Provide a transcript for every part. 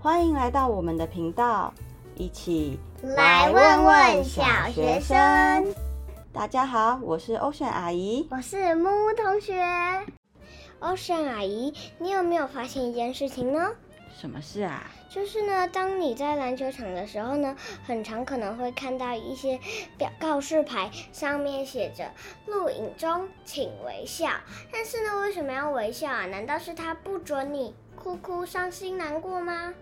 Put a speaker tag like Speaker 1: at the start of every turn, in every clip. Speaker 1: 欢迎来到我们的频道，一起
Speaker 2: 来问问小学生。
Speaker 1: 大家好，我是欧选阿姨。
Speaker 2: 我是木木同学。欧善阿姨，你有没有发现一件事情呢？
Speaker 1: 什么事啊？
Speaker 2: 就是呢，当你在篮球场的时候呢，很常可能会看到一些表告示牌，上面写着“录影中请微笑”。但是呢，为什么要微笑啊？难道是他不准你哭哭、伤心、难过吗？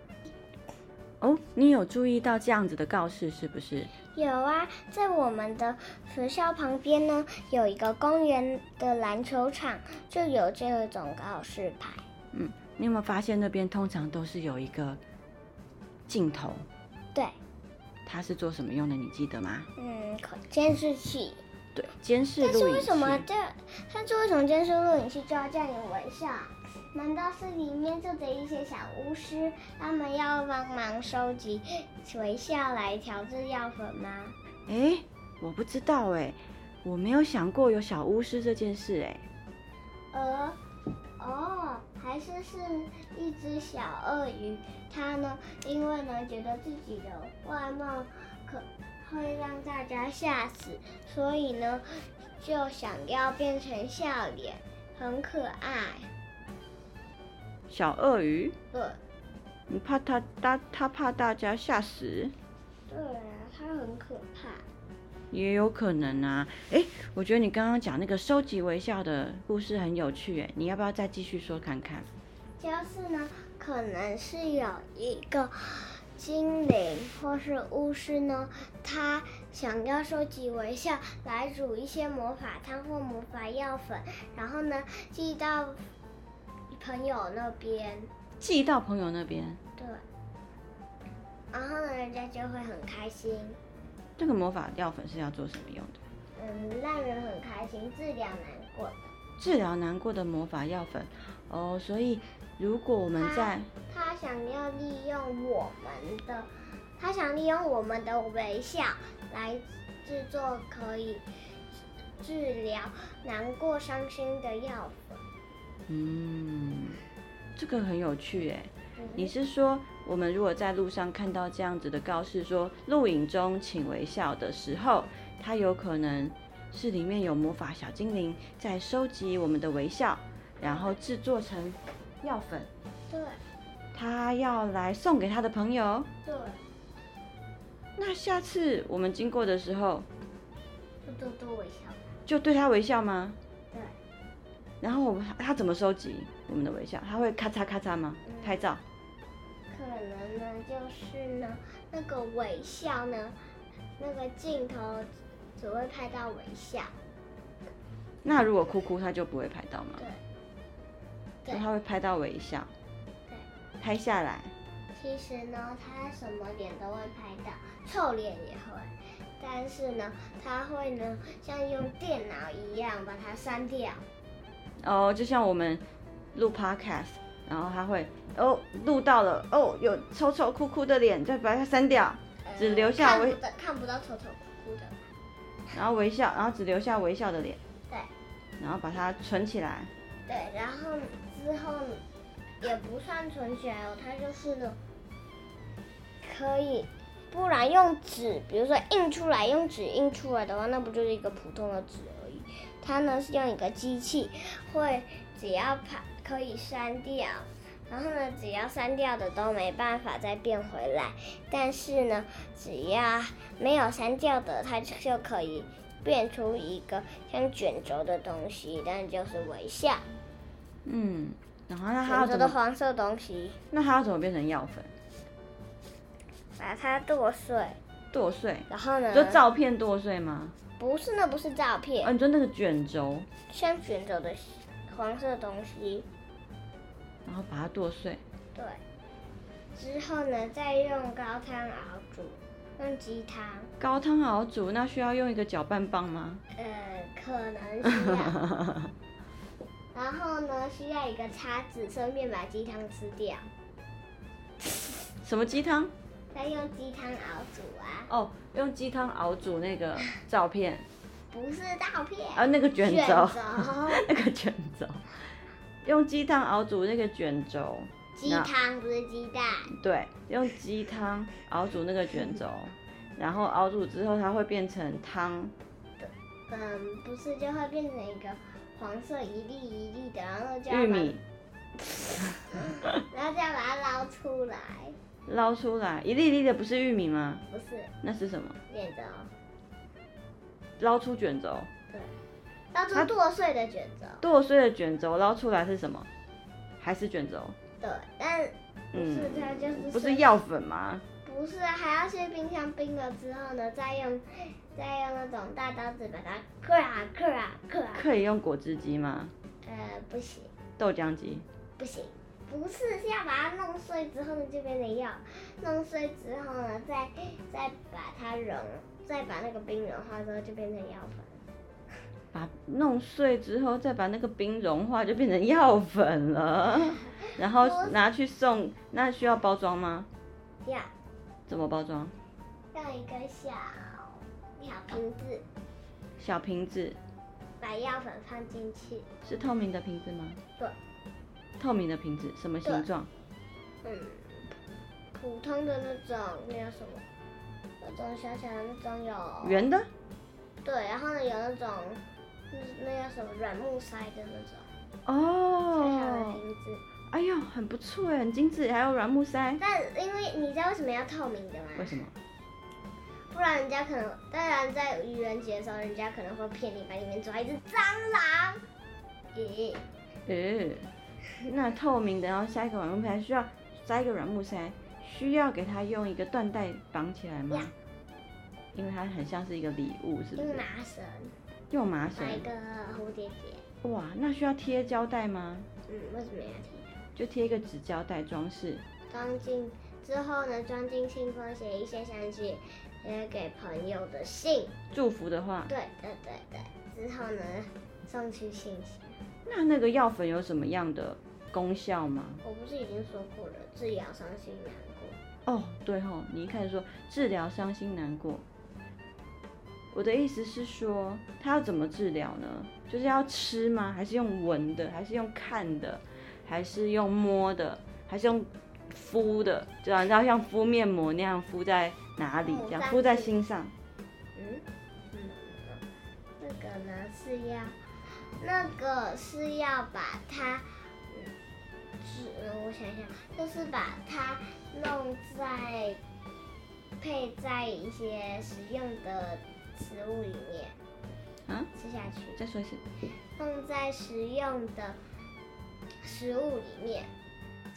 Speaker 1: 哦，你有注意到这样子的告示是不是？
Speaker 2: 有啊，在我们的学校旁边呢，有一个公园的篮球场，就有这种告示牌。
Speaker 1: 你有没有发现那边通常都是有一个镜头，
Speaker 2: 对，
Speaker 1: 它是做什么用的？你记得吗？
Speaker 2: 嗯，可监视器。
Speaker 1: 对，监视
Speaker 2: 但
Speaker 1: 录
Speaker 2: 是
Speaker 1: 影器。
Speaker 2: 为什么这？但是为什么监视录影器就要叫你微笑？难道是里面住着一些小巫师，他们要帮忙收集微笑来调制药粉吗？
Speaker 1: 哎，我不知道哎，我没有想过有小巫师这件事哎。
Speaker 2: 呃，哦，还是是一只小鳄鱼，它呢，因为呢觉得自己的外貌可会让大家吓死，所以呢就想要变成笑脸，很可爱。
Speaker 1: 小鳄鱼，
Speaker 2: 对，
Speaker 1: 你怕它大，它怕大家吓死，
Speaker 2: 对啊，它很可怕。
Speaker 1: 也有可能啊。哎，我觉得你刚刚讲那个收集微笑的故事很有趣哎，你要不要再继续说看看？
Speaker 2: 就是呢，可能是有一个精灵或是巫师呢，他想要收集微笑来煮一些魔法汤或魔法药粉，然后呢寄到朋友那边，
Speaker 1: 寄到朋友那边，
Speaker 2: 对，然后呢人家就会很开心，
Speaker 1: 这个魔法药粉是要做什么用的？
Speaker 2: 嗯，让人很开心，治疗难过的。
Speaker 1: 治疗难过的魔法药粉哦，所以如果我们在
Speaker 2: 他想要利用我们的，他想利用我们的微笑来制作可以治疗难过、伤心的药粉。
Speaker 1: 嗯，这个很有趣哎。
Speaker 2: 嗯
Speaker 1: 你是说，我们如果在路上看到这样子的告示说“录影中请微笑”的时候，它有可能是里面有魔法小精灵在收集我们的微笑，然后制作成药粉，
Speaker 2: 对
Speaker 1: 他要来送给他的朋友。
Speaker 2: 对，
Speaker 1: 那下次我们经过的时候，
Speaker 2: 就多多微笑。
Speaker 1: 就对他微笑吗？
Speaker 2: 对，
Speaker 1: 然后我们他怎么收集我们的微笑？他会咔嚓咔嚓吗？拍照？
Speaker 2: 可能呢就是呢，那个微笑呢，那个镜头只会拍到微笑。
Speaker 1: 那如果哭哭，他就不会拍到吗？
Speaker 2: 对
Speaker 1: 所
Speaker 2: 对
Speaker 1: 以他会拍到微笑，
Speaker 2: 对。
Speaker 1: 拍下来。
Speaker 2: 其实呢，他什么脸都会拍到，臭脸也会，但是呢，他会呢像用电脑一样把它删掉。
Speaker 1: 哦，就像我们录 podcast，然后他会哦录到了哦有丑丑哭哭的脸，再把它删掉，
Speaker 2: 呃
Speaker 1: 只留下
Speaker 2: 看
Speaker 1: 微
Speaker 2: 不到看不到丑丑哭哭的。
Speaker 1: 然后微笑，然后只留下微笑的脸，
Speaker 2: 对
Speaker 1: 然后把它存起来。
Speaker 2: 对，然后之后也不算存起来哦，它就是呢可以，不然用纸，比如说印出来，用纸印出来的话，那不就是一个普通的纸而已。它呢是用一个机器，会只要拍可以删掉，然后呢只要删掉的都没办法再变回来，但是呢只要没有删掉的，它就就可以变出一个像卷轴的东西，但就是微笑，
Speaker 1: 嗯，然后那他要
Speaker 2: 卷轴
Speaker 1: 怎
Speaker 2: 的
Speaker 1: 么？
Speaker 2: 黄色东西，
Speaker 1: 那他要怎么变成药粉？
Speaker 2: 把它剁碎，
Speaker 1: 剁碎？
Speaker 2: 然后
Speaker 1: 你说
Speaker 2: 呢
Speaker 1: 照片剁碎吗？
Speaker 2: 不是那不是照片
Speaker 1: 啊，，你说那个卷轴，
Speaker 2: 像卷轴的黄色东西。
Speaker 1: 然后把它剁碎。
Speaker 2: 对，之后呢，再用高汤熬煮，用鸡汤，
Speaker 1: 高汤熬煮，那需要用一个搅拌棒吗？
Speaker 2: 呃，可能需 要。然后呢，需要一个叉子，顺便把鸡汤吃掉，
Speaker 1: 什么鸡汤？
Speaker 2: 再用鸡汤熬煮啊，
Speaker 1: 哦，用鸡汤熬煮那个照片，
Speaker 2: 不是照片，
Speaker 1: 啊，那个卷
Speaker 2: 卷
Speaker 1: 轴，那个卷轴，用鸡汤熬煮那个卷轴，
Speaker 2: 鸡汤不是鸡蛋，
Speaker 1: 对，用鸡汤熬煮那个卷轴， 然后熬煮之后它会变成汤，
Speaker 2: 嗯，不是就会变成一个黄色一粒一粒的，然后就要
Speaker 1: 玉米
Speaker 2: 把，然后就要把它捞出来，
Speaker 1: 捞出来一粒粒的，不是玉米吗？
Speaker 2: 不是
Speaker 1: 那是什么？
Speaker 2: 卷轴，
Speaker 1: 捞出卷轴，
Speaker 2: 对，捞出
Speaker 1: 它
Speaker 2: 剁碎的卷轴，
Speaker 1: 剁碎的卷轴捞出来是什么？还是卷轴？
Speaker 2: 对，但不
Speaker 1: 嗯，
Speaker 2: 是它就是
Speaker 1: 不是
Speaker 2: 碎
Speaker 1: 药粉吗？
Speaker 2: 不是，啊还要去冰箱冰了之后呢，再用再用那种大刀子把它克啊克啊克啊，
Speaker 1: 可以用果汁机吗？
Speaker 2: 呃，不行
Speaker 1: 豆浆机？
Speaker 2: 不行，不是是要把它弄碎之后呢，就变成药，弄碎之后呢，再再把它融，再把那个冰融化之后就变成药粉。
Speaker 1: 把弄碎之后，再把那个冰融化，就变成药粉了。然后拿去送，那需要包装吗？
Speaker 2: 要
Speaker 1: 怎么包装？
Speaker 2: 要一个小小瓶子，
Speaker 1: 小瓶子
Speaker 2: 把药粉放进去，
Speaker 1: 是透明的瓶子吗？
Speaker 2: 对，
Speaker 1: 透明的瓶子，什么形状？
Speaker 2: 嗯，普通的那种那叫什么？那种小小的那种有
Speaker 1: 圆的，
Speaker 2: 对，然后呢有那种那那叫什么软木塞的那种小小的
Speaker 1: 哦，
Speaker 2: 瓶子，
Speaker 1: 哎呦，很不错哎，很精致，还有软木塞。
Speaker 2: 但因为你知道为什么要透明的吗？
Speaker 1: 为什么？
Speaker 2: 不然人家可能，当然在愚人节的时候，人家可能会骗你，把里面抓一只蟑螂。咦，
Speaker 1: 呃，那透明的，然后塞一个软木塞，需要塞一个软木塞，需要给它用一个缎带绑起来吗
Speaker 2: 呀？
Speaker 1: 因为它很像是一个礼物，是不
Speaker 2: 用
Speaker 1: 是？
Speaker 2: 麻绳
Speaker 1: 用麻绳
Speaker 2: 把。一个蝴蝶结，
Speaker 1: 哇，那需要贴胶带吗？
Speaker 2: 嗯，为什么要贴？
Speaker 1: 就贴一个纸胶带装饰。
Speaker 2: 装进之后呢，装进信封，写一些上去，呃，给朋友的信。
Speaker 1: 祝福的话，
Speaker 2: 对对对对，之后呢，送去信箱。
Speaker 1: 那那个药粉有什么样的功效吗？
Speaker 2: 我不是已经说过了，治疗伤心难过。
Speaker 1: 哦，对吼、你一开始说治疗伤心难过，我的意思是说，他要怎么治疗呢？就是要吃吗？还是用闻的？还是用看的？还是用摸的？还是用敷的？就好像像敷面膜那样敷在哪里？哦这样敷在心上。
Speaker 2: 嗯嗯，那个呢是要，那个是要把它，嗯，是我想想，就是把它弄在配在一些食用的食物里面
Speaker 1: 啊，
Speaker 2: 吃下去，
Speaker 1: 再说一次，
Speaker 2: 放在食用的食物里面。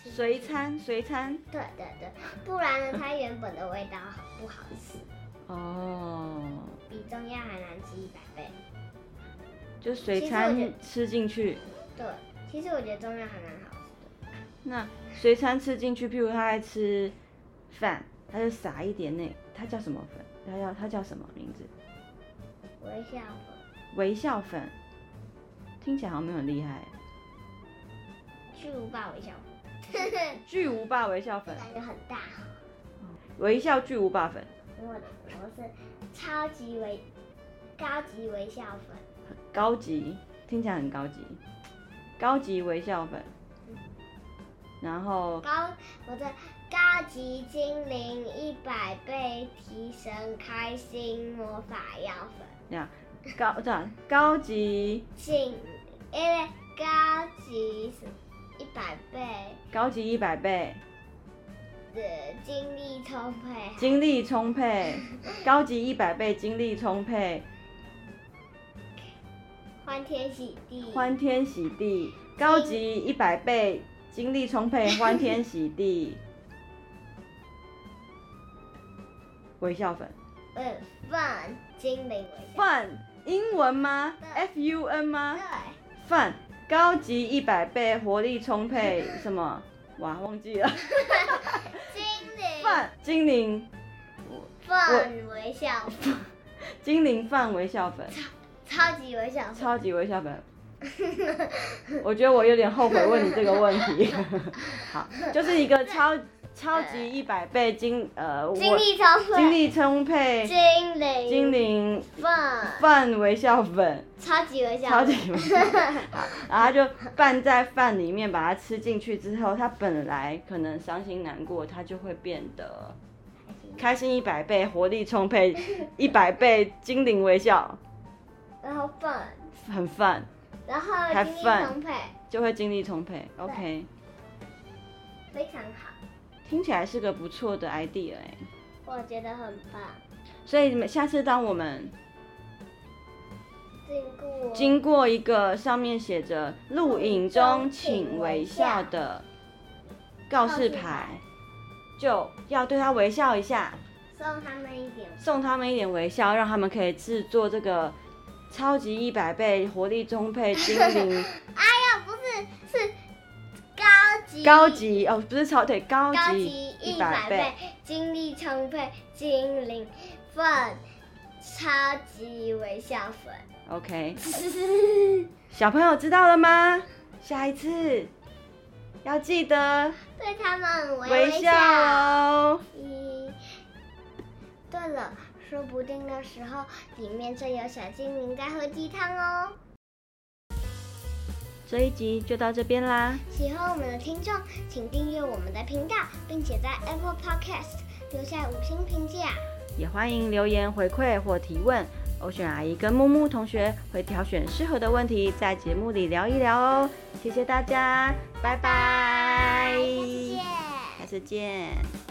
Speaker 2: 吃下
Speaker 1: 随
Speaker 2: 去
Speaker 1: 餐随餐。
Speaker 2: 对对对，不然呢，它原本的味道不好吃，
Speaker 1: 哦，
Speaker 2: 比中药还难吃一百倍。
Speaker 1: 就随
Speaker 2: 其实我觉
Speaker 1: 餐
Speaker 2: 得
Speaker 1: 吃进去。
Speaker 2: 对，其实我觉得中药还蛮好吃的。
Speaker 1: 那随餐吃进去，譬如他爱吃饭，他就撒一点那，他叫什么粉？他叫他叫什么名字？
Speaker 2: 微笑粉、
Speaker 1: 微笑粉，听起来好像没有很厉害。
Speaker 2: 巨无霸微笑粉，
Speaker 1: 巨无霸微笑粉，
Speaker 2: 感觉很大哦。
Speaker 1: 微笑巨无霸粉，
Speaker 2: 我我是超级微高级微笑粉，
Speaker 1: 高级，听起来很高级，高级微笑粉。然后
Speaker 2: 高我的高级精灵一百倍提升开心魔法药粉，
Speaker 1: 这样，高这样高级
Speaker 2: 请因为高级是一百倍。
Speaker 1: 高级一百倍，
Speaker 2: 呃，精力充沛，
Speaker 1: 精力充沛，高级一百倍，精力充沛，
Speaker 2: 欢天喜地，
Speaker 1: 欢天喜地，高级一百倍，精力充沛，欢天喜地。微笑粉，
Speaker 2: 呃，放精灵微笑，
Speaker 1: fun 英文吗？F U N 吗
Speaker 2: 对，
Speaker 1: ？fun 高级一百倍，活力充沛，什么？哇，忘记了。
Speaker 2: 精灵
Speaker 1: fun 精灵，
Speaker 2: 放微笑，
Speaker 1: 精灵 fun 微笑粉，
Speaker 2: 超级微笑，
Speaker 1: 超级微笑粉。 我觉得我有点后悔问你这个问题。好，就是一个超超级一百倍精呃，我
Speaker 2: 呃精力充沛，
Speaker 1: 精力充沛，
Speaker 2: 精灵
Speaker 1: 精灵
Speaker 2: 粉，
Speaker 1: 饭微笑粉，
Speaker 2: 超级微笑，
Speaker 1: 超级微笑粉，好 然后他就拌在饭里面，把它吃进去之后，他本来可能伤心难过，他就会变得开心一百倍，活力充沛 一百倍，精灵微笑，
Speaker 2: 然后粉，
Speaker 1: 很饭
Speaker 2: 然后
Speaker 1: 还
Speaker 2: 精力
Speaker 1: 粉
Speaker 2: 充沛，
Speaker 1: 就会精力充沛。OK，
Speaker 2: 非常好，
Speaker 1: 听起来是个不错的 idea 哎、
Speaker 2: 我觉得很棒。
Speaker 1: 所以每下次当我们
Speaker 2: 经过
Speaker 1: 经过一个上面写着“录影中请微笑”的告示牌，就要对他微笑一下，
Speaker 2: 送他们一点，
Speaker 1: 送他们一点微笑，让他们可以制作这个超级一百倍、活力充沛、精灵
Speaker 2: 啊，不是是高级
Speaker 1: 高级哦，不是超对，高
Speaker 2: 高
Speaker 1: 级
Speaker 2: 级一
Speaker 1: 一
Speaker 2: 百
Speaker 1: 百
Speaker 2: 倍
Speaker 1: 倍，，
Speaker 2: 精力充沛，精灵粉，超级微笑粉。
Speaker 1: OK，小朋友知道了吗？下一次要记得
Speaker 2: 对他们微
Speaker 1: 微笑哦。
Speaker 2: 一。对了，说不定那时候里面就有小精灵在喝鸡汤哦。
Speaker 1: 这一集就到这边啦，
Speaker 2: 喜欢我们的听众，请订阅我们的频道，并且在 Apple Podcast 留下五星评价。
Speaker 1: 也欢迎留言回馈或提问。欧选阿姨跟木木同学会挑选适合的问题，在节目里聊一聊哦。谢谢大家，拜拜，
Speaker 2: 下次见。
Speaker 1: 下次见。